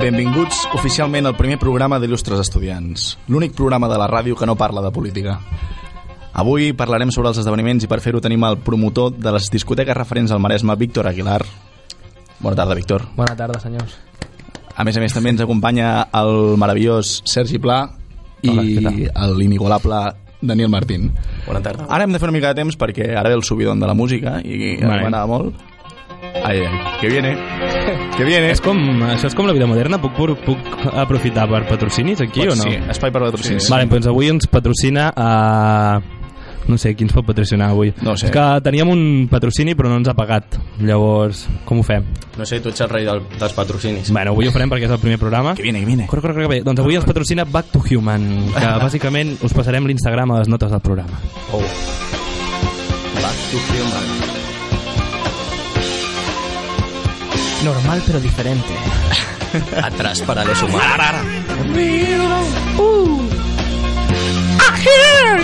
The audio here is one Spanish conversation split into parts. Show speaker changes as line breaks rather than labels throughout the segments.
Benvinguts oficialment al primer programa d'Il·lustres Estudiants, l'únic programa de la ràdio que no parla de política. Avui parlarem sobre els esdeveniments i per fer-ho tenim el promotor de les discoteques referents al Maresme, Víctor Aguilar. Bona tarda, Víctor.
Bona tarda, senyors.
A més a més, també ens acompanya el meravellós Sergi Pla i l'inigualable Daniel Martín.
Bona tarda.
Ara hem de fer una mica de temps perquè ara ve el subidon de la música i vale. m'agrada molt. Ai, ai, que viene, que viene.
És com, això és com la vida moderna? Puc, puc, puc aprofitar per patrocinis aquí
Pot,
o no?
Sí, espai per patrocinis.
Sí. Vale, doncs avui ens patrocina... Uh, no sé, qui ens pot patrocinar avui?
No ho sé.
És que teníem un patrocini però no ens ha pagat. Llavors, com ho fem?
No sé, tu ets el rei del, dels patrocinis.
Bueno, avui ho farem perquè és el primer programa.
Que viene, que viene.
Corre, corre, corre, bé. Doncs avui ens patrocina Back to Human, que bàsicament us passarem l'Instagram a les notes del programa.
Oh. Back to human.
Normal pero diferente.
Atrás para los humanos.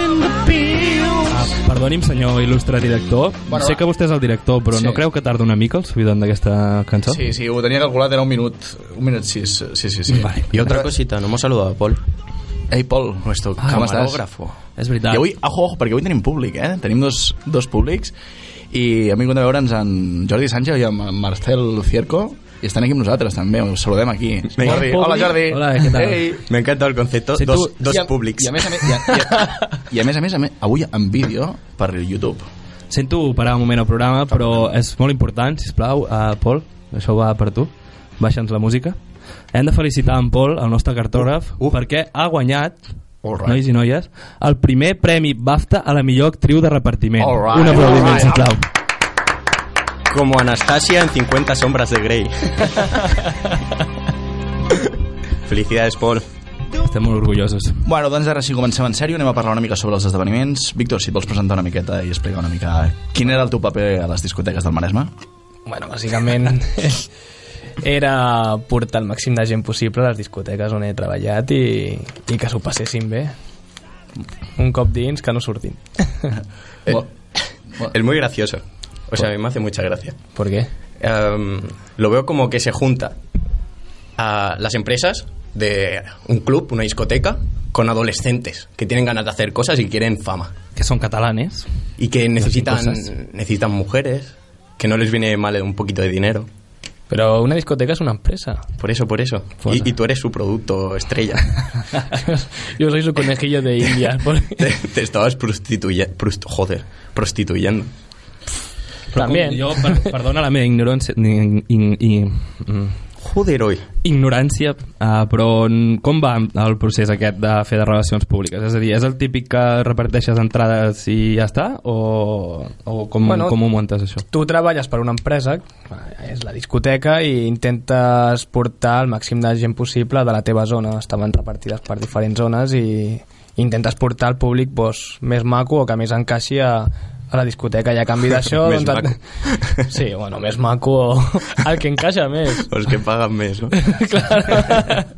Ah, perdoni'm, senyor il·lustre director.
Bueno,
Bueno, sé
va.
que vostè és el director, però
Sí.
sí. no creu que tarda una mica el subidon d'aquesta cançó?
Sí, sí, ho tenia calculat, era un minut, un minut sis. Sí, sí, sí.
Vale.
Y otra cosita, no hemos saludado a Paul.
Ei, Pol, nuestro ah, camarógrafo.
Camarógrafo.
És veritat.
I avui, ajo, ojo, perquè avui tenim públic, eh? Tenim dos, dos públics i hem vingut a veure'ns en Jordi Sánchez i en Marcel Cierco i estan aquí amb nosaltres també, us saludem aquí.
Vinga.
Jordi, hola Jordi.
Hola, què tal?
Ei.
Me ha encantado el concepto.
Sí, tú-
dos dos
I a-
públics.
I a més a més, i a, i a, i a més, a més, a més avui en vídeo per YouTube.
Sento parar un moment el programa, però és molt important, si plau, uh, Pol, això va per tu. Baixa'ns la música. Hem de felicitar en Pol, el nostre cartògraf, uh, uh. perquè ha guanyat
All right.
nois i noies, el primer premi BAFTA a la millor actriu de repartiment.
All right.
Un aplaudiment,
All right.
sisplau.
Como Anastasia en 50 sombras de Grey. Felicidades, Paul.
Estem molt orgullosos.
Bueno, doncs ara sí, comencem en sèrio, anem a parlar una mica sobre els esdeveniments. Víctor, si et vols presentar una miqueta i explicar una mica quin era el teu paper a les discoteques del Maresme?
Bueno, bàsicament era portar el màxim de gent possible a les discoteques on he treballat i, i que s'ho passessin bé. Un cop dins, que no surtin.
Eh,
Es muy gracioso. O sea, a mí me hace mucha gracia.
¿Por qué?
Em, lo veo como que se junta a las empresas de un club, una discoteca, con adolescentes que tienen ganas de hacer cosas y quieren fama.
Que són catalanes.
Y que
cosas.
necesitan, necesitan mujeres, que no les viene mal un poquito de dinero.
Però una discoteca és una empresa.
Por eso, por eso.
Pues-
Y, y tú eres su producto estrella.
Yo soy su conejillo de India. por-
te, te estabas prostituyendo. joder, prostituyendo.
También.
Jo, per, perdona la meva ignorància... In, in, in, mm,
Joder, hoy.
ignorància, eh, però n- com va el procés aquest de fer de relacions públiques? És a dir, és el típic que reparteixes entrades i ja està? O, o com,
Bueno,
bueno, com ho montes, això?
Tu treballes per una empresa, és la discoteca, i intentes portar el màxim de gent possible de la teva zona. Estaven repartides per diferents zones i intentes portar al públic doncs, més maco o que més encaixi a, a la discoteca. I a canvi d'això... doncs,
Més
et- Sí, bueno, més maco o el que encaixa més.
Los Pues que pagan mes, ¿no?
Clar.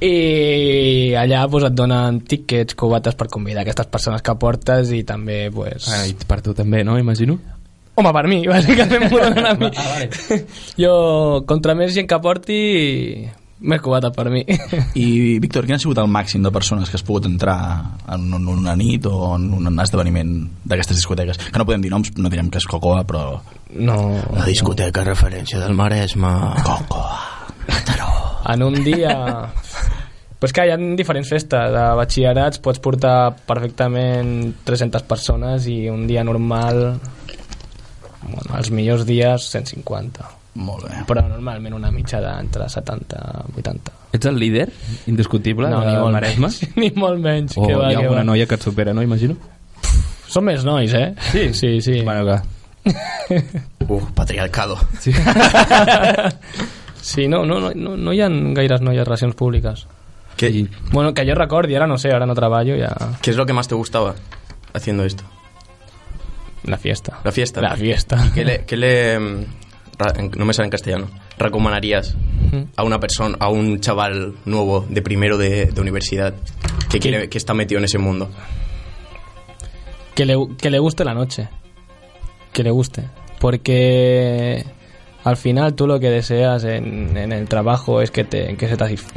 I allà doncs, et donen tiquets, cubates per convidar aquestes persones que portes i també... Doncs...
Ah, I per tu també, no? Imagino.
Home, per mi, bàsicament m'ho donen a mi.
Ah, vale.
Jo, contra més gent que porti, més cubata per mi.
I, Víctor, quin ha sigut el màxim de persones que has pogut entrar en un- una nit o en un esdeveniment d'aquestes discoteques? Que no podem dir noms, no direm que és Cocoa, però...
No,
discoteca referencia del Maresma.
Cocoa.
en un dia... Però és que hi ha diferents festes. A batxillerats pots portar perfectament 300 persones i un dia normal, bueno, els millors dies, 150.
Molt bé.
Però normalment una mitja d'entre 70 i 80.
Ets el líder indiscutible de Maresme?
menys. Ni molt menys.
O
que va,
Oh, hi ha
que
alguna
va.
noia que et supera, no? Imagino.
Són més nois, eh?
Sí?
sí, sí.
Bueno, clar.
Uf, uh, patriarcado.
Sí.
Sí, no, no, no- no, no hi ha gaires noies relacions públiques.
¿Qué,
I,
Bueno, que jo recordi, ara no sé, ara no treballo, ja...
¿Qué es lo que más te gustaba haciendo esto?
La fiesta.
La fiesta.
La fiesta.
¿Qué le, qué le, mm, ra- en- no me sale en castellano, recomendarías a una persona, a un chaval nuevo de primero de, de universidad que, quiere, que está metido en ese mundo?
Que le, que le guste la noche. Que le guste. porque al final tú lo que deseas en, en el trabajo es que, te, que se te asif-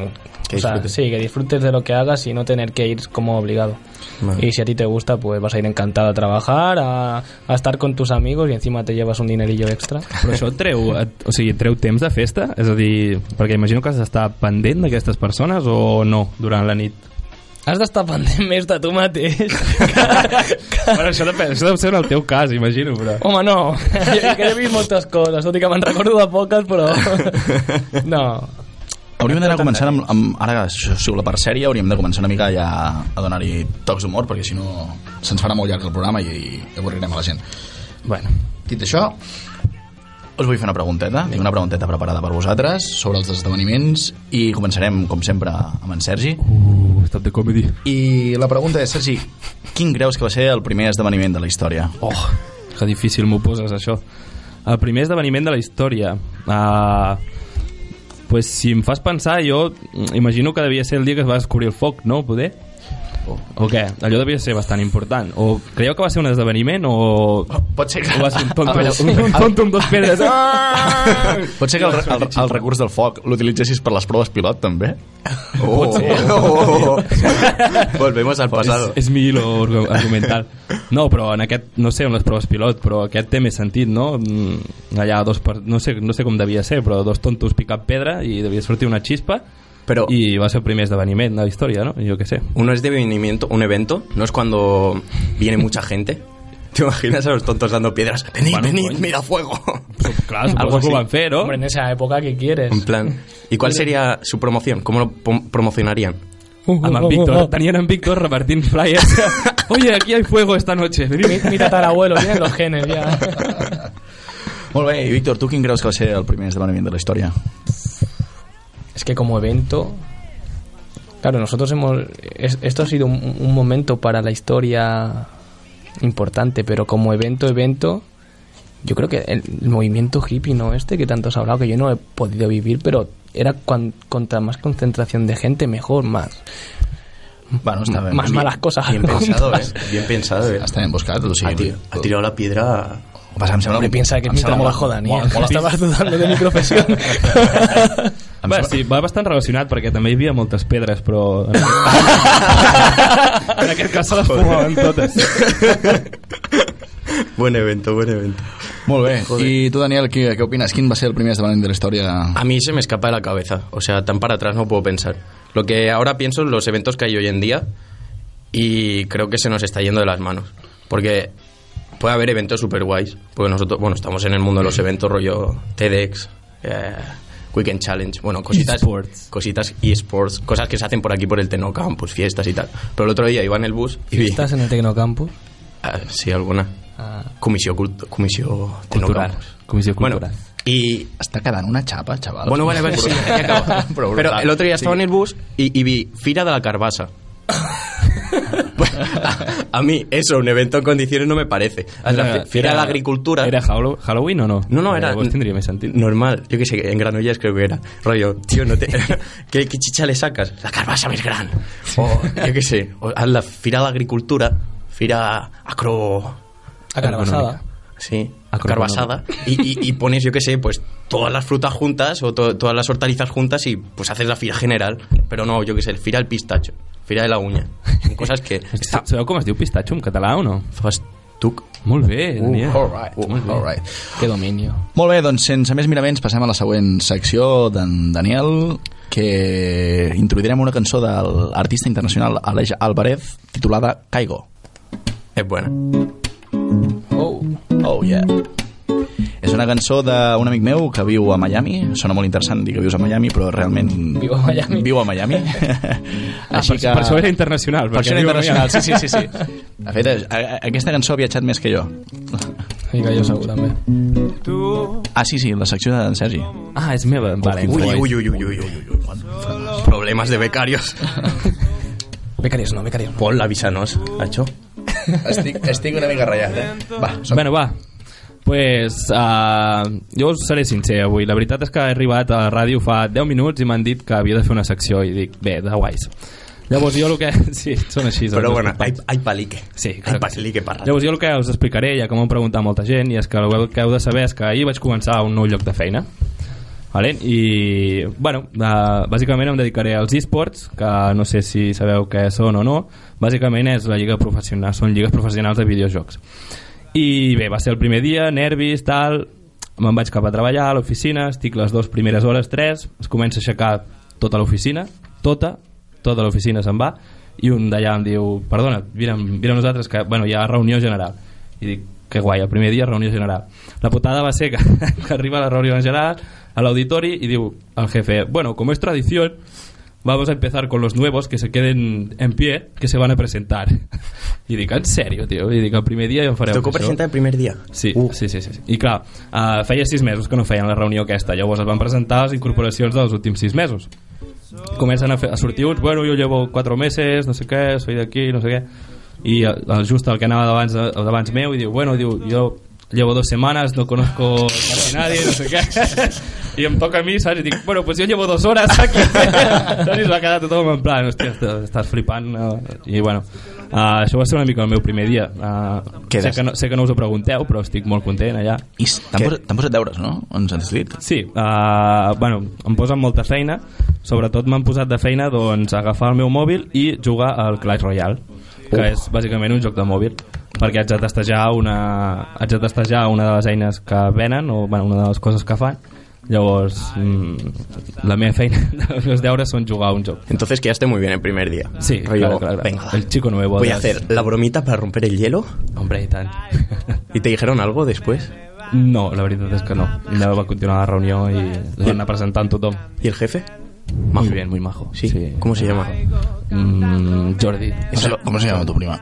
Que
o sea,
disfrutes.
sí, que disfrutes de lo que hagas y no tener que ir como obligado.
Vale.
Y si a ti te gusta, pues vas a ir encantado a trabajar, a, a estar con tus amigos y encima te llevas un dinerillo extra. Pues
Però això et treu, et, o sigui, et treu temps de festa? És a dir, perquè imagino que has d'estar pendent d'aquestes persones o no durant la nit?
Has d'estar pendent més de tu mateix.
bueno, això, depèn, això deu ser en el teu cas, imagino, però...
Home, no. Jo, que he vist moltes coses, tot i que me'n recordo de poques, però... No.
Hauríem d'anar començant amb, amb... Ara, això si la per sèrie, hauríem de començar una mica ja a donar-hi tocs d'humor, perquè si no se'ns farà molt llarg el programa i, i avorrirem a la gent.
Bueno,
Dit això, us vull fer una pregunteta, tinc una pregunteta preparada per vosaltres sobre els esdeveniments i començarem, com sempre, amb en Sergi.
uh, stop de comedy.
I la pregunta és, Sergi, quin creus que va ser el primer esdeveniment de la història?
Oh, que difícil m'ho poses, això. El primer esdeveniment de la història. Uh, pues si em fas pensar, jo mm, imagino que devia ser el dia que es va descobrir el foc, no? Poder?
Oh.
O, o què? Allò devia ser bastant important. O creieu que va ser un esdeveniment o...
Pot ser que... Ah,
O va ser un tonto,
A veure,
un, un tonto amb dos pedres. Ah!
Pot ser que el, el, el recurs del foc l'utilitzessis per les proves pilot, també? Oh,
Pot ser.
Oh, oh, oh. Volvemos al
és,
pasado.
és mi lo argu- argumental. No, però en aquest, no sé, en les proves pilot, però aquest té més sentit, no? Mm, Allà dos, per, no, sé, no sé com devia ser, però dos tontos picant pedra i devia sortir una xispa
Però-
i va ser el primer esdeveniment de la història, no? Jo què sé.
Un esdevenimiento, un evento, no es cuando viene mucha gente. ¿Te imaginas a los tontos dando piedras? Venid,
Bueno,
venid,
coño.
mira fuego.
Clar, suposo que
així.
ho van fer, no?
Hombre, en esa época, ¿qué quieres?
En plan. ¿Y cuál sería su promoción? ¿Cómo lo pom- promocionarían?
Uh,
Amb en Víctor. Tenien en Víctor repartint flyers. Oye, aquí hay fuego esta noche.
Mi, mi tatarabuelo, tienen los genes ya.
Molt bé, i Víctor, tu quin creus que va ser el primer esdeveniment de la història?
Es que como evento... Claro, nosotros hemos... es- esto ha sido un, un momento para la historia importante, pero como evento, evento... Yo creo que el, el movimiento hippie, ¿no? Este que tanto has hablado, que yo no he podido vivir, pero era cuan- contra más concentración de gente, mejor, más.
Bueno, està bé.
Más malas cosas.
Bien pensado, ¿eh? Bien pensado, ¿eh?
Està ben buscat, o
Ha,
sigui...
ti- ha tirado la piedra.
Ho passa, em sembla...
Hombre, piensa que es
em
mi
sembla
trabajo, Daniel.
Molt, molt,
Estabas dudando de mi profesión.
em
Va,
sembla-
sí, va bastant relacionat perquè també hi havia moltes pedres, però... En aquest, en aquest cas se les fumaven totes.
Buen evento, buen evento.
Molt bé, i tu, Daniel, què, què opines? Quin va ser el primer esdeveniment de la història?
A mí se me escapa de la cabeza, o sea, tan para atrás no puedo pensar. Lo que ahora pienso en los eventos que hay hoy en día y creo que se nos está yendo de las manos, porque puede haber eventos super guays, porque nosotros, bueno, estamos en el mundo de
Mm.
los eventos, rollo TEDx, eh, Weekend Challenge, bueno, cositas,
Esports.
cositas esports, cosas que se hacen por aquí por el Tecnocampus, fiestas y tal. Pero el otro día iba en el bus y vi,
¿Estás en el Tecnocampus?
Ah, sí, alguna
Ah.
comisión, cult- comisión
Cultural.
Tecnocampus.
Comissió
Bueno,
cultural.
y
Està quedant una xapa, xaval.
Bueno, vale, vale, sí, ya acabo.
Però
Pero,
brutal.
el otro día estaba en el bus y, y vi Fira de la Carbasa. Pues, a, a mí, eso, un evento en condiciones no me parece. La fi- Fira de la Agricultura.
¿Era Hallow- Halloween o no?
no, no, era.
Pues tendría más sentido.
Normal, yo qué sé, en Granollers creo que era. Rollo, tío, no te. ¿Qué, qué chicha le sacas? La carbasa es gran. O, yo qué sé, o haz la Fira de la Agricultura, Fira Acro.
A Carabasada.
Sí,
Acroeconómica.
carbasada. Y, y, y pones, yo qué sé, pues todas las frutas juntas o to- todas las hortalizas juntas y pues haces la fila general. Pero no, yo qué sé, el fila del pistacho, fira de la uña. Son cosas que...
Sa- Sabeu com es diu pistatxo en català o no?
Fastuc.
Molt bé, Daniel.
All right,
Molt bé. Ah,
all right.
Qué dominio.
Molt bé, doncs sense més miraments passem a la següent secció d'en Daniel que introduirem una cançó de l'artista internacional Aleix Álvarez titulada Caigo.
Es buena.
Oh.
Oh yeah. És una cançó d'un amic meu que viu a Miami. Sona molt interessant dir que vius a Miami, però realment...
Viu a Miami.
Viu a Miami.
Ah, per, per això era internacional.
Per
perquè
això era
diu,
internacional,
mira,
sí, sí, sí. sí. De fet, eh, a, a, aquesta cançó ha viatjat més que jo.
Y yo seguramente.
Ah, sí, sí, la secció d'en Sergi.
Ah, és meva. Vale,
Uy,
influeix.
uy, uy, uy, uy, uy, uy. Problemas de becarios.
Becarios no, becarios no.
Paul, avísanos. ¿Ha hecho?
Estic, estic una mica ratllat, eh? Va, som
Bueno, va. Pues, uh, jo us seré sincer avui. La veritat és que he arribat a la ràdio fa 10 minuts i m'han dit que havia de fer una secció i dic, bé, de guais. Llavors jo el que... Sí, són així. els
Però
meus
bueno, hay,
companys.
hay palique.
Sí,
hay
clar que sí.
palique para
Llavors jo el que us explicaré, ja que m'ho han preguntat molta gent, i és que el que heu de saber és que ahir vaig començar un nou lloc de feina. Vale? I, bueno, uh, bàsicament em dedicaré als esports, que no sé si sabeu què són o no. Bàsicament és la lliga professional, són lligues professionals de videojocs. I bé, va ser el primer dia, nervis, tal... Me'n vaig cap a treballar a l'oficina, estic les dues primeres hores, tres, es comença a aixecar tota l'oficina, tota, tota l'oficina se'n va, i un d'allà em diu, perdona, vine, amb- vine amb nosaltres, que bueno, hi ha reunió general. I dic, que guai, el primer dia reunió general. La putada va ser que, que arriba la reunió general a l'auditori i diu al jefe, bueno, com és tradició, vamos a empezar con los nuevos que se queden en pie, que se van a presentar. I dic, en sèrio, tio? I dic, el primer dia ja em fareu
Tocó
això?"
presentar el primer día.
Sí,
Uh,
sí, sí, sí. sí. I clar, uh, feia sis mesos que no feien la reunió aquesta, llavors es van presentar les incorporacions dels últims sis mesos. Comencen a, fer, a sortir uns, bueno, jo llevo quatre meses, no sé què, soy d'aquí, no sé què, i el, el just el que anava d'abans d'abans meu, i diu, bueno, diu, jo llevo dos semanas, no conozco casi nadie, no sé què, i em toca a mi, saps? I dic, bueno, pues jo llevo dos hores aquí. Saps? I es va quedar tothom en plan, hòstia, estàs- estàs flipant. no? I bueno, uh, això va ser una mica el meu primer dia. Uh, sé
Quedes.
que no, sé que no us ho pregunteu, però estic molt content allà.
I s- t'han posat, t'han posat deures, no? Ens has dit.
Sí, uh, bueno, em posen molta feina, sobretot m'han posat de feina doncs, agafar el meu mòbil i jugar al Clash Royale, que
Uf.
és bàsicament un joc de mòbil perquè haig de testejar una, haig de testejar una de les eines que venen o bueno, una de les coses que fan llavors mm, la meva feina els meus deures són jugar a un joc
Entonces que ya esté muy bien el primer día.
Sí,
Rollo,
claro, claro, claro.
Venga,
El chico nuevo
Voy a
de-
hacer la bromita para romper el hielo.
hombre i tant
¿Y te dijeron algo después?
no, la veritat és que no i no va continuar la reunió i es van anar presentant tothom
¿Y el jefe?
muy bien, muy majo
Sí. ¿Cómo se llama?
Mm, Jordi
Esa lo- ¿Cómo se llama tu prima?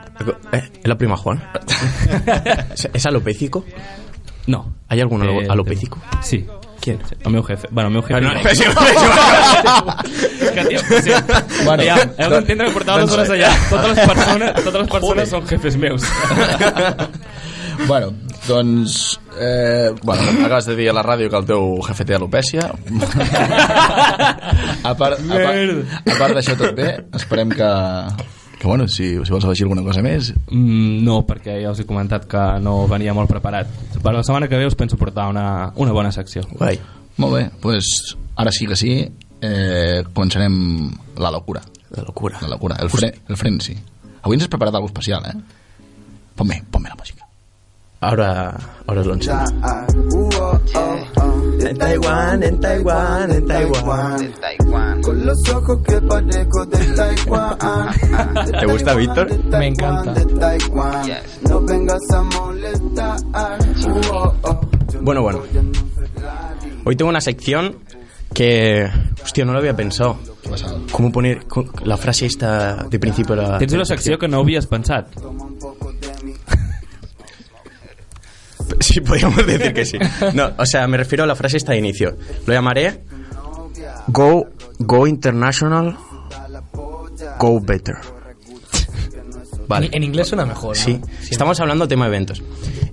Eh, ¿Es la prima Juan? ¿Es- ¿Es alopécico?
No.
¿Hay algún alo-
Eh,
alopécico?
Sí.
¿Quién?
El meu jefe. Bueno, el meu jefe... no. que, tio, sí.
Bueno,
bueno, ja, heu d'entendre que portava dues hores allà. Totes les persones, totes les
Joder.
persones són jefes meus.
Bueno, doncs... Eh, bueno, acabes de dir a la ràdio que el teu jefe té alopècia. a part, a part, a part d'això tot bé, esperem que... Que bueno, si, si vols afegir alguna cosa més...
Mm, no, perquè ja us he comentat que no venia molt preparat. Per la setmana que ve us penso portar una, una bona secció.
Guay.
Molt bé, doncs ara sí que sí, eh, començarem la locura.
La locura.
La locura, el, fre, el fren sí. Avui ens has preparat alguna especial, eh? Ponme, ponme la música.
Ahora, ahora es lonche.
En Taiwán, en Taiwán, en Taiwán. Con los ojos que parezco de Taiwán.
¿Te gusta, Víctor?
Me encanta.
De Taiwán. No vengas a molestar. Uh, oh, oh.
Bueno, bueno. Hoy tengo una sección que... Hostia, no lo había pensado. ¿Cómo poner co- la frase esta de principio? de La,
Tens una secció que no havies pensat.
Sí, podríamos decir que sí. No, o sea, me refiero a la frase esta de inicio. Lo llamaré Go, go international, go better. Vale.
En inglés suena mejor, ¿no?
Sí, estamos hablando tema eventos.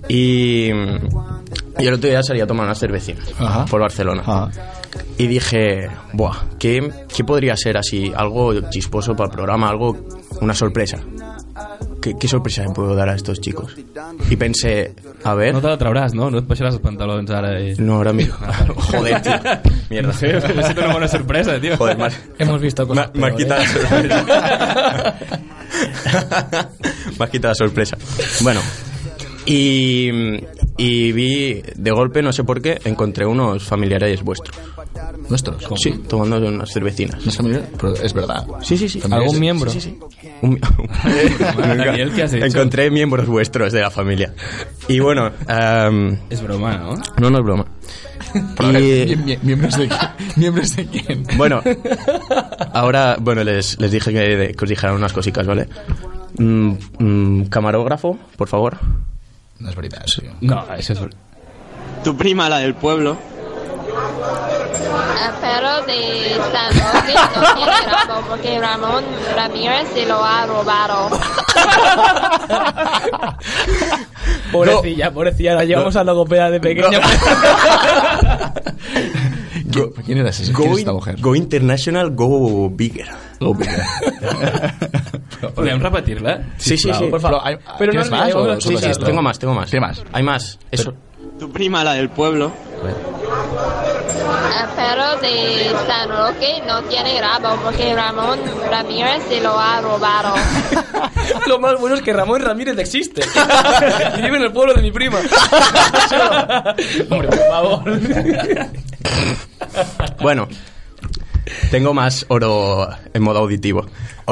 Y, y el otro día salí a tomar una cervecina
Ajá. Ah.
por Barcelona.
Ajá.
Y dije, buah, ¿qué, qué podría ser así? Algo chisposo para el programa, algo, una sorpresa. ¿Qué, qué sorpresa me puedo dar a estos chicos? Y pensé, a ver...
No te la trauràs, no? No et baixaràs els pantalons ara. I...
No, ahora mismo. Joder, tío. Mierda.
No sé, me siento una bona sorpresa, tio.
Joder, Mar.
Hemos visto cosas
Ma- Me has
peores.
quitado la sorpresa. me has quitado la sorpresa. Bueno. Y, y vi, de golpe, no sé por qué, encontré unos familiares vuestros.
Nuestros.
Sí, tomando unas cervecinas.
No és familiar, però és verdad.
Sí, sí, sí.
También.
¿Algún miembro?
Un-
Daniel, ¿qué has hecho?
Encontré miembros vuestros de la familia. Y bueno, em,
És broma, no?
no, no es broma. Y-
Mie- mie- ¿Miembros de quién? ¿Miembros de quién?
Bueno, ahora, bueno, les, les dije que, que os dijeran unas cositas, ¿vale? Mm, mm, camarógrafo, por favor.
No és veritat, sí.
No, això és...
Tu prima, la del pueblo.
Ah, pero de San José no tiene Ramón, porque Ramón Ramírez se lo ha robado.
Pobrecilla, pobrecilla, la llevamos a la logopeda de pequeño.
¿Quién, ¿Quién era ese? ¿Quién es esta
in-
mujer?
go international, go bigger.
l'opinió.
Podem repetir-la?
Sí, sí, sí.
Por favor. Pero,
Pero
¿Tienes
no-
más?
no-
o
Sí,
solo
sí,
es esto?
tengo más, tengo más.
Tiene más.
Hay más. Eso.
Tu prima, la del pueblo.
Ah, Pero de San Roque no tiene rabo porque Ramón Ramírez se lo ha robado.
Lo más bueno es que Ramón Ramírez existe. Y vive en el pueblo de mi prima.
Hombre, por favor.
Bueno, tengo más oro en modo auditivo.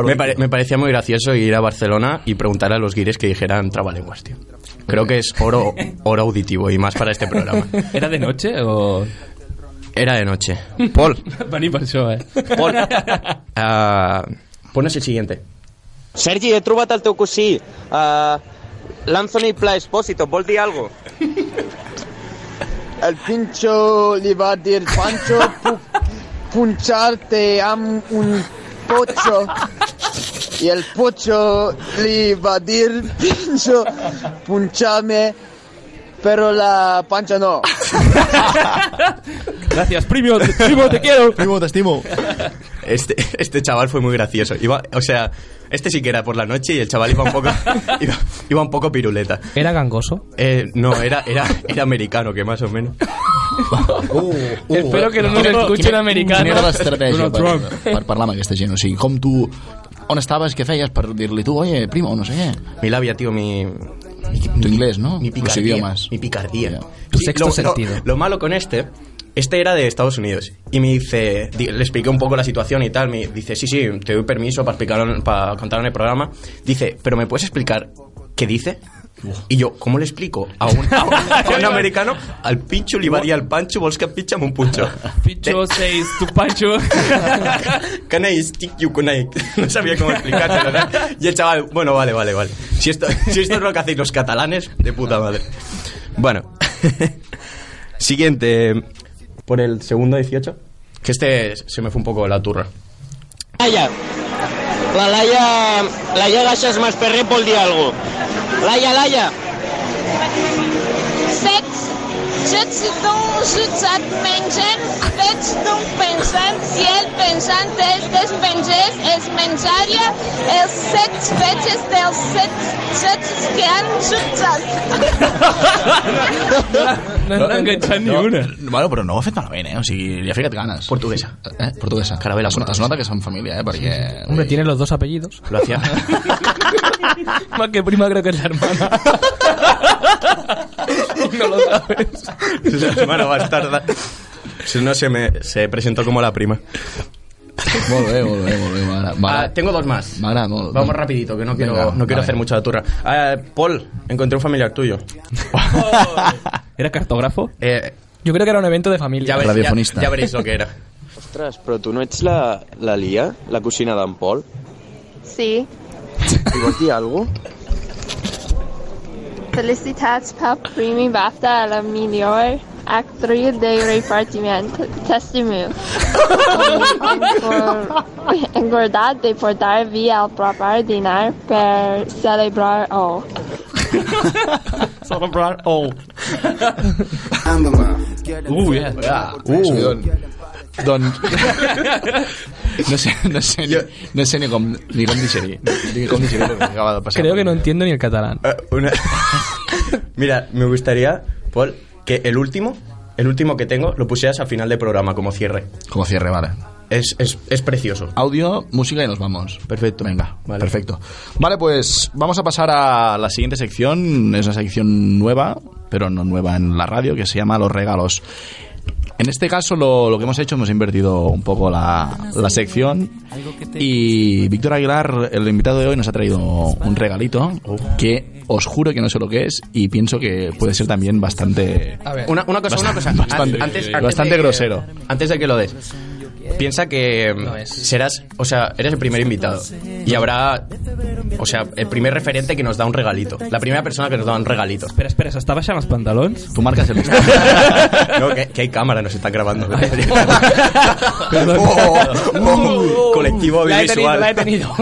Me, pare- me parecía muy gracioso ir a Barcelona y preguntar a los guires que dijeran trabalenguas, tío. Creo que es oro, oro auditivo y más para este programa.
Era de noche o...?
Era de noche. Paul,
Venir per això, eh?
Paul. ah, pones el siguiente.
Sergi, he trobat el teu cosí. Uh, L'Anthony Pla Espósito, vol dir algo?
El pincho le va a decir Pancho pu- puncharte a un pocho y el pocho le va a decir pincho punchame pero la pancha no.
Gracias, primo, primo, te quiero.
Primo, te estimo.
Este, este chaval fue muy gracioso. Iba, o sea, este sí que era por la noche y el chaval iba un poco, iba, iba un poco piruleta.
Era gangoso.
Eh, no, era, era, era americano, que más o menos. Uh.
Espero que no nos escuchen
Quina
americanos.
era l'estratègia per, per parlar amb aquesta gent? O sigui, com tu... On estaves, què feies per dir-li tu, oye, primo, no sé què?
Mi labia, tío, mi...
Tu inglés, no?
Mi
Los
picardía.
idiomas.
Mi picardía.
Tu sexto
lo,
sentido.
Lo, lo malo con este, este era de Estados Unidos. Y me dice, di- le expliqué un poco la situación y tal. Me dice, sí, sí, te doy permiso para, explicar, para contar en el programa. Dice, pero ¿me puedes explicar qué dice? Y yo, ¿cómo le explico a un, a un- a un americano? Al pincho, libaría al pancho, vols que pitxa'm un puncho.
Pitxo, seis, tu panxo.
Can I stick you con I? No sabía cómo explicártelo, ¿no? Y el chaval, bueno, vale, vale, vale. Si esto, si esto es lo que hacéis los catalanes, de puta madre. Bueno. Siguiente. Por el segundo 18. Que este se me fue un poco la turra.
Laia. La Laia... Laia Gaixas Mas Ferrer vol dir algo. Laia, Laia.
Faites, faites donc juste à manger, faites donc pensar si el pensante es despenjar, es menjaria, els set fetges dels set fetges que han jutjat.
No n'han enganxat ni una.
No, bueno, però no ho ha fet malament, eh? O sigui, li ha ficat ganes.
Portuguesa.
Eh? Portuguesa.
Carabela
es, nota- es
portuguesa.
nota que són família, eh? Perquè...
Hombre, tiene los dos apellidos.
Lo hacía.
Más que prima creo que es la hermana. no lo sabes.
la semana bastarda. Si no, se me se presentó como la prima.
Molt bé, molt bé, molt bé. M'agrada.
Ah,
m'agrada.
tengo dos más.
M'agrada molt.
Vamos rapidito, que no quiero,
Venga,
no
vale.
quiero hacer mucha la turra. Ah, Paul, encontré un familiar tuyo.
Era cartógrafo?
Eh,
Yo creo que era un evento de familia.
ya, veréis- ya-
Radiofonista.
ya veréis lo que era.
Ostres, però tu no ets la, la Lia, la cosina d'en Pol?
Sí,
Li vols dir algo?
felicitats per primi BAFTA a la millor actriu de repartiment. Testimo. Engordat de portar vi al proper dinar per oh. celebrar-ho.
Uh, yeah.
Uh. Doncs... No sé, no sé, ni, no sé ni com, ni com digerir. Ni com digerir el que acaba de passar.
Creo que no entiendo ni el catalán.
Eh, una- Mira, me gustaría, Paul, que el último, el último que tengo, lo pusieras al final del programa como cierre.
Como cierre, vale.
Es, es, es precioso.
Audio, música y nos vamos.
Perfecto.
Venga,
Vale.
perfecto. Vale, pues vamos a pasar a la siguiente sección. Es una sección nueva, pero no nueva en la radio, que se llama Los Regalos. En este caso, lo, lo que hemos hecho, hemos invertido un poco la, la sección. Y Víctor Aguilar, el invitado de hoy, nos ha traído un regalito que os juro que no sé lo que es y pienso que puede ser también bastante.
A ver.
Una, una cosa, una cosa.
Bastante- bastante
de que-
grosero.
Antes de que lo des. Piensa que mm, serás, o sea, eres el primer invitado y habrá, o sea, el primer referente que nos da un regalito, la primera persona que nos da un regalito.
Espera, espera, s'està baixant els pantalons?
Tú marcas el listón.
No, que, que hay cámara, nos están grabando.
Perdón.
Oh, oh, colectivo
La he tenido,
visual.
la he tenido.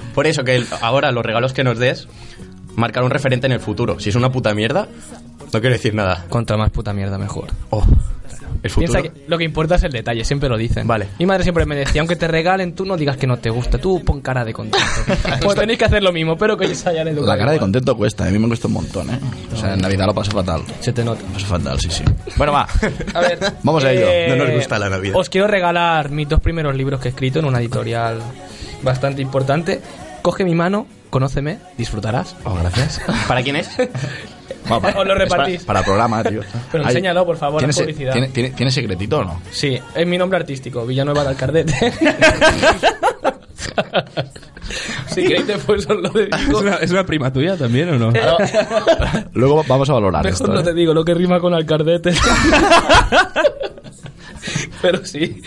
Por eso que el- ahora los regalos que nos des marcar un referente en el futuro. Si es una puta mierda, No quiero decir nada.
Contra más puta mierda, mejor.
Oh, el futuro.
Piensa que lo que importa es el detalle, siempre lo dicen.
Vale.
Mi madre siempre me decía, aunque te regalen, tú no digas que no te gusta, tú pon cara de contento. pues tenéis que hacer lo mismo, pero que se hayan educado.
La cara de
igual.
contento cuesta, a mí me cuesta un montón, ¿eh? O sea, en Navidad lo paso fatal.
Se te nota.
Paso fatal, sí, sí. Bueno, va.
A ver, eh,
Vamos a ello.
eh,
No nos gusta la Navidad.
Os quiero regalar mis dos primeros libros que he escrito en una editorial bastante importante. Coge mi mano, conóceme, disfrutarás.
gracias.
¿Para quién es?
Bueno, para-
Os lo
es
repartís.
Para, para programa, tío.
Pero enséñalo, por favor,
¿tiene,
es
se-
publicidad.
¿tiene, tiene, tiene secretito o no?
Sí, es mi nombre artístico, Villanueva de Alcardete. si queréis después os lo
¿Es
dedico.
una, ¿Es una prima tuya también o no?
Luego vamos a valorar
Mejor
esto.
no
¿eh?
te digo lo que rima con Alcardete. Pero sí.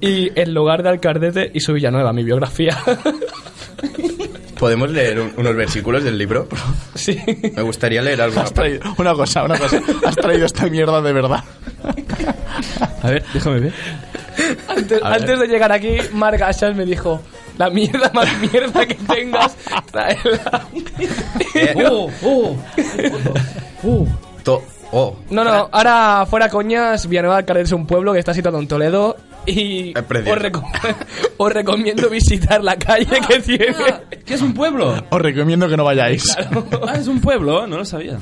Y el lugar de Alcardete y su Villanueva, mi biografía.
¿Podemos leer un- unos versículos del libro?
sí.
Me gustaría leer algo.
Has traído- una cosa, una cosa. Has traído esta mierda de verdad.
A ver, déjame ver.
Antes, antes de llegar aquí, Marc Gachas me dijo: La mierda más mierda que tengas, tráela.
Eh, uh,
oh,
No, no, ahora fuera coñas, Villanueva de Alcalde es un pueblo que está situado en Toledo y
Es precioso.
os, recom- os recomiendo visitar la calle que tiene.
¿Qué es un pueblo?
Os recomiendo que no vayáis.
Ah, es un pueblo, no lo sabía.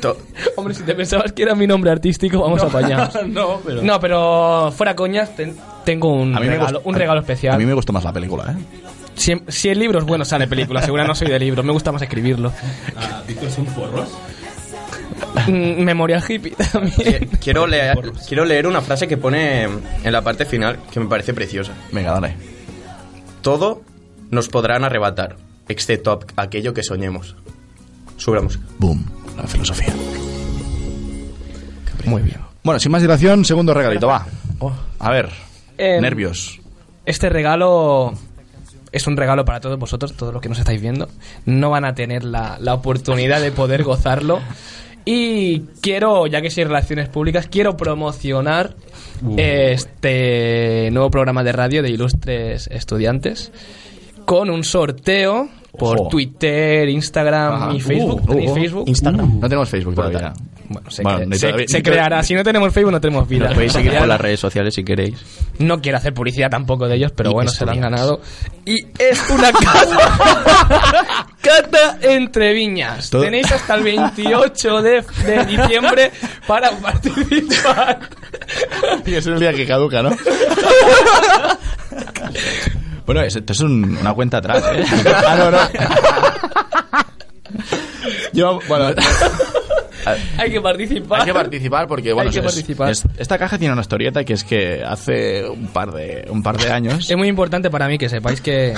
to-
Hombre, si te pensabas que era mi nombre artístico, vamos a apañar.
no, pero.
No, pero fuera coñas, ten- tengo un,
A mí me
regalo,
gust-
un
a-
regalo
A mí
especial.
me gustó más la película, ¿eh?
Si, en- si en libros, bueno, sale película, segura no soy de libros, me gusta más escribirlo.
son porros?
Mm, Memorial hippie
que-
también.
eh, quiero, leer, quiero leer una frase que pone en la parte final que me parece preciosa.
Venga, dale.
Todo nos podrán arrebatar, excepto ap- aquello que soñemos. Subramos.
Boom. La filosofía.
Muy bien.
Bueno, sin más dilación, segundo regalito, va.
Oh.
A ver.
Em,
Nervios.
Este regalo es un regalo para todos vosotros, todos los que nos estáis viendo. No van a tener la, la oportunidad de poder gozarlo. Y quiero, ya que soy relaciones públicas, quiero promocionar
Uh.
este nuevo programa de radio de Ilustres Estudiantes con un sorteo por
Ojo.
Twitter, Instagram
Ajá.
y Facebook.
Uh,
¿Tenéis
uh,
Facebook?
Instagram. No tenemos Facebook todavía.
Bueno, se,
Bueno,
cre-
ni
se-
todavía-
se
ni todavía-
creará. Si no tenemos Facebook, no tenemos vida.
Podéis seguir
Ya-
por las redes sociales si queréis.
no quiero hacer publicidad tampoco de ellos, pero
Y
bueno, se lo han
estudiantes.
ganado. Y es una cata. cata entre viñas.
Todo-
Tenéis hasta el 28 de, de diciembre para participar.
Y es el día que caduca, ¿no? bueno, es- esto es un- una cuenta atrás, ¿eh? Ah, no, no. Yo, bueno,
Hay que participar.
hay que participar porque, bueno,
que
es-
participar.
es- esta caja tiene una historieta que es que hace un par de, un par de años
Es muy importante para mí que sepáis que,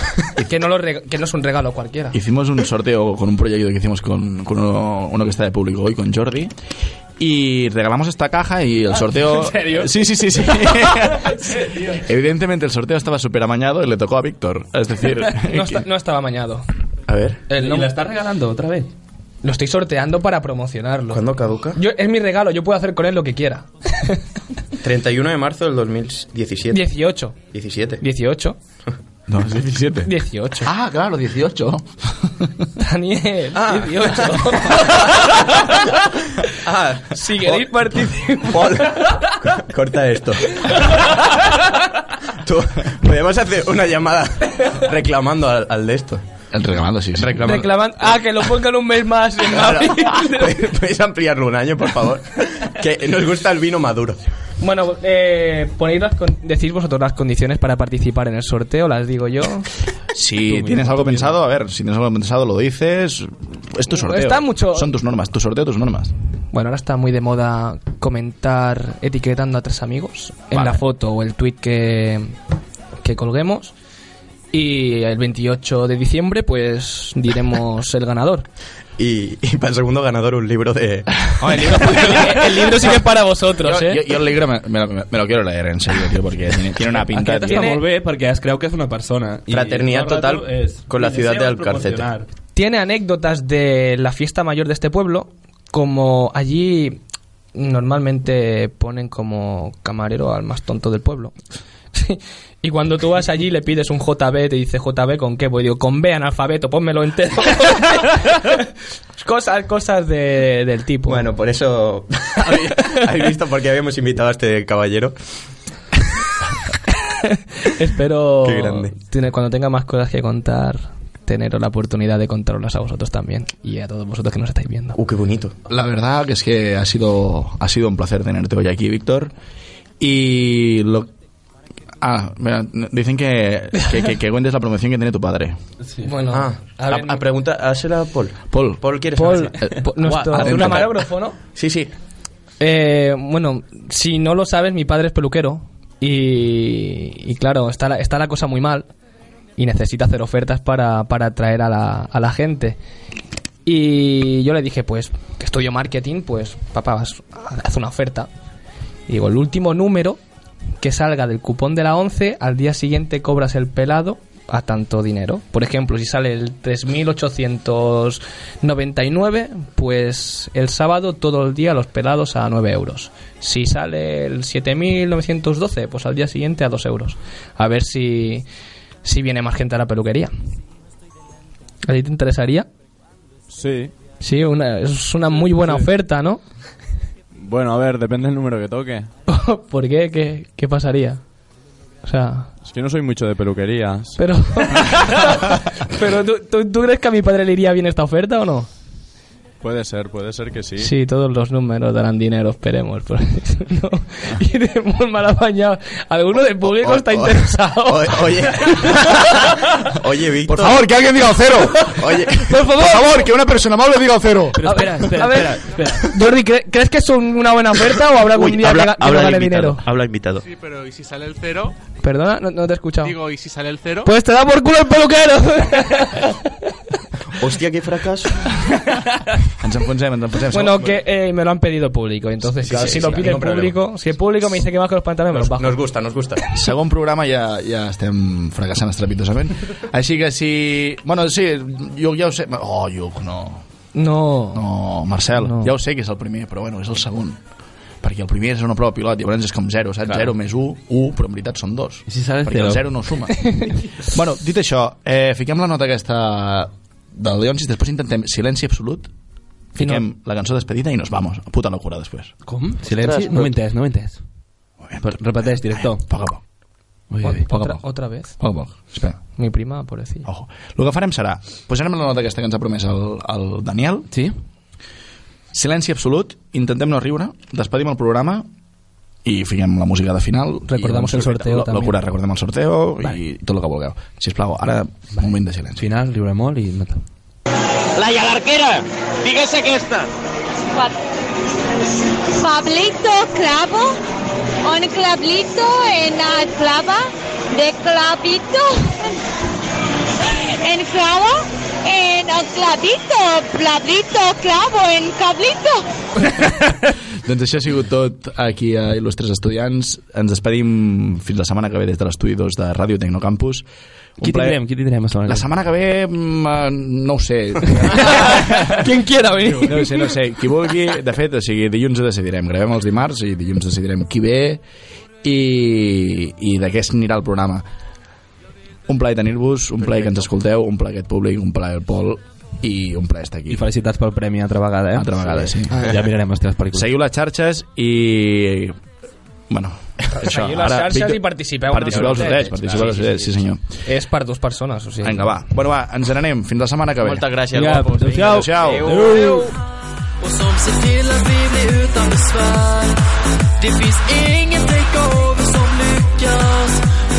que, no, lo reg- que no es un regalo cualquiera.
Hicimos un sorteo con un proyecto que hicimos con, con uno, uno que está de público hoy, con Jordi. Y regalamos esta caja y el sorteo...
Ah, ¿en serio?
Sí, sí, sí, sí. Evidentemente el sorteo estaba súper amañado y le tocó a Víctor. Es decir...
No, está- no estaba mañado.
A ver.
El
¿Y
no-
la estás regalando otra vez?
Lo estoy sorteando para promocionarlo.
¿Cuándo caduca?
Yo, es mi regalo, yo puedo hacer con él lo que quiera.
31 de marzo del 2017.
18.
17.
18.
No, es 17.
18.
Ah, claro, 18.
Daniel, 18.
Ah,
si queréis participar.
Paul, co- corta esto. Tú, podemos hacer una llamada reclamando al, al de esto.
El regalando, sí. sí.
Reclamando.
Reclaman... Ah, que lo pongan un mes más. en
Claro.
Mavi.
¿Podéis- ¿Podéis ampliarlo un año, por favor? Que nos gusta el vino maduro.
bueno, eh, ponéis las con- decís vosotros las condiciones para participar en el sorteo, las digo yo.
Si tienes algo pensado, a ver, si tienes algo pensado lo dices. Es tu sorteo.
Está mucho-
Son tus normas, tu sorteo, tus normas.
Bueno, ahora está muy de moda comentar etiquetando a tres amigos en
Vale.
la foto o el tweet que, que colguemos. Y el 28 de diciembre, pues diremos el ganador.
Y, y para el segundo ganador, un libro de.
el, libro, sí que es para vosotros,
eh.
Yo, yo el libro me, me lo, me lo quiero leer, en serio, tío, porque tiene, tiene una pinta...
Aquest
tío.
està
Tiene-
molt bé perquè es creu que és una persona. I
Fraternitat
tot el rato
total con la
i
ciudad de
deseo
Alcacete.
promocionar.
tiene anécdotas de la fiesta mayor de este pueblo, como allí normalmente ponen como camarero al más tonto del pueblo. Sí. Y cuando tú vas allí le pides un JB, te dice JB con qué voy. Digo, con B analfabeto, pónmelo entero. cosas, cosas de- del tipo.
Bueno, por eso habéis- habéis visto por qué habíamos invitado a este caballero.
Espero
Qué grande.
tener- cuando tenga más cosas que contar, tener la oportunidad de contarlas a vosotros también y a todos vosotros que nos estáis viendo.
Uh, qué bonito.
La verdad que es que ha sido, ha sido un placer tenerte hoy aquí, Víctor. Y lo... Ah, mira, dicen que, que, que- que cuentes la promoción que tiene tu padre.
Bueno,
Ah,
a
a,
ver,
a pregunta, hásela a Paul.
Paul.
Paul, ¿quieres
Paul,
hacer?
eh, po- nuestro
Guau, atento.
camarógrafo, ¿no?
Sí, sí.
Eh, bueno, si no lo sabes, mi padre es peluquero y, y claro, está la, está la cosa muy mal y necesita hacer ofertas para, para atraer a la, a la gente. Y yo le dije, pues, que estudio marketing, pues, papá, haz- haz una oferta. Y digo, el último número que salga del cupón de la 11, al día siguiente cobras el pelado a tanto dinero. Por ejemplo, si sale el 3.899, pues el sábado todo el día los pelados a 9 euros. Si sale el 7.912, pues al día siguiente a 2 euros. A ver si, si viene más gente a la peluquería. ¿A ti te interesaría?
Sí.
Sí, una, es una muy buena oferta, ¿no?
Bueno, a ver, depende del número que toque.
¿Por qué? ¿Qué, qué pasaría? O sea...
Es que no soy mucho de peluquerías.
Pero, pero ¿tú, tú, tú crees que a mi padre le iría bien esta oferta o no?
Puede ser, puede ser que sí.
Sí, todos los números darán dinero, esperemos. pero no, iremos mal apañados. Alguno del público está interesado.
O- oye. oye, Víctor.
Por favor, que alguien diga cero.
Oye.
Por favor.
que una persona amable diga cero.
Pero
A
espera,
ver,
espera,
a ver.
espera, espera.
Jordi, ¿cre- ¿crees que es un- una buena oferta o habrá algún
Uy,
día que, ga- que no gane
invitado,
dinero?
habla invitado.
Sí, pero ¿y si sale el cero?
Perdona, no, no te he escuchado.
Digo, ¿y si sale el cero?
Pues te da por culo el peluquero.
Hostia, qué fracaso.
Ens enfonsem, ens enfonsem.
bueno, que eh, me lo han pedido público. Entonces,
Sí,
claro,
sí,
si
sí,
lo pide el
ningún problema.
público, si el público me dice que bajo los pantalones, me los
Nos,
bajo.
nos gusta, nos gusta.
Segon programa ja, ja estem fracassant estrepitosament. Així que si... Bueno, sí, Lluc ja ho sé... Oh, Lluc, no.
No.
No, Marcel,
No.
no. ja ho sé que és el primer, però bueno, és el segon. Perquè el primer és una prova pilot, llavors és com 0, saps? 0 més 1, 1, però en veritat són 2.
I si sale
perquè
zero?
el 0 no suma. bueno, dit això, eh, fiquem la nota aquesta del Leonsis, després intentem silenci absolut, fiquem la cançó despedida i nos vamos. Puta locura, després.
Com? Silenci?
Ostres,
No m'he entès, no m'he entès. Per- Repeteix, director.
Eh, Poc a poc.
Ui,
Ot-
ui.
Poco a
otra,
poco.
otra vez.
Poc a poc. Espera.
Mi prima, pobrecilla.
Ojo. El que farem serà, posarem la nota aquesta que ens ha promès el, el Daniel,
Sí?
silenci absolut, intentem no riure, despedim el programa i fiquem la música de final.
Recordem
I llavors,
el sorteo,
lo-
també.
Locura, recordem el sorteo i tot el que vulgueu. Sisplau, ara un moment de
Al
silenci.
final riure molt i... no tal.
Laia l'arquera, digues aquesta.
Pa- Pablito Clavo, un clavito en la clava, de clavito, en clavo, en el clavito, clavito, clavo, en cablito.
Doncs això ha sigut tot aquí a Il·lustres Estudiants. Ens despedim fins la setmana que ve des de l'estudi 2 de Ràdio Tecnocampus. Un
Qui
plaer-
tindrem? Qui tindrem a
La setmana que ve, mm, eh, no ho sé.
Quien quiera venir.
No ho sé, no ho sé. Qui vulgui, de fet, o sigui, dilluns ho decidirem. Gravem els dimarts i dilluns decidirem qui ve i, i de què anirà el programa. Un plaer tenir-vos, un plaer que ens escolteu, un plaer aquest públic, un plaer el Pol i un plaer estar
I
aquí.
felicitats pel premi altra vegada, eh?
Altra vegada, sí.
Ja mirarem les teves pel·lícules.
Seguiu les xarxes i... Bueno, això.
Seguiu les xarxes i participeu en el
Participeu als
sorteig,
sorteig, participeu als
clar.
sorteig, sí senyor.
És per dues persones, o sigui.
Vinga, va. Bueno, va, ens n'anem. Fins la setmana que ve.
Moltes gràcies,
Vinga,
guapos. Vinga,
adéu-siau.
Adéu-siau.
Och som ser till att vi blir utan besvär Det finns ingen takeover som lyckas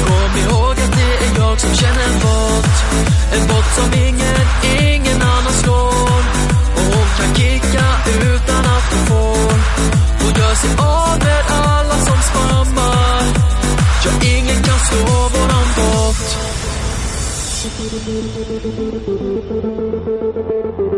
Kom ihåg att det är jag som känner en bot En bot som ingen, ingen annan slår Och hon kan kicka utan att hon får Hon gör sig av med alla som spammar Ja, ingen kan slå våran bot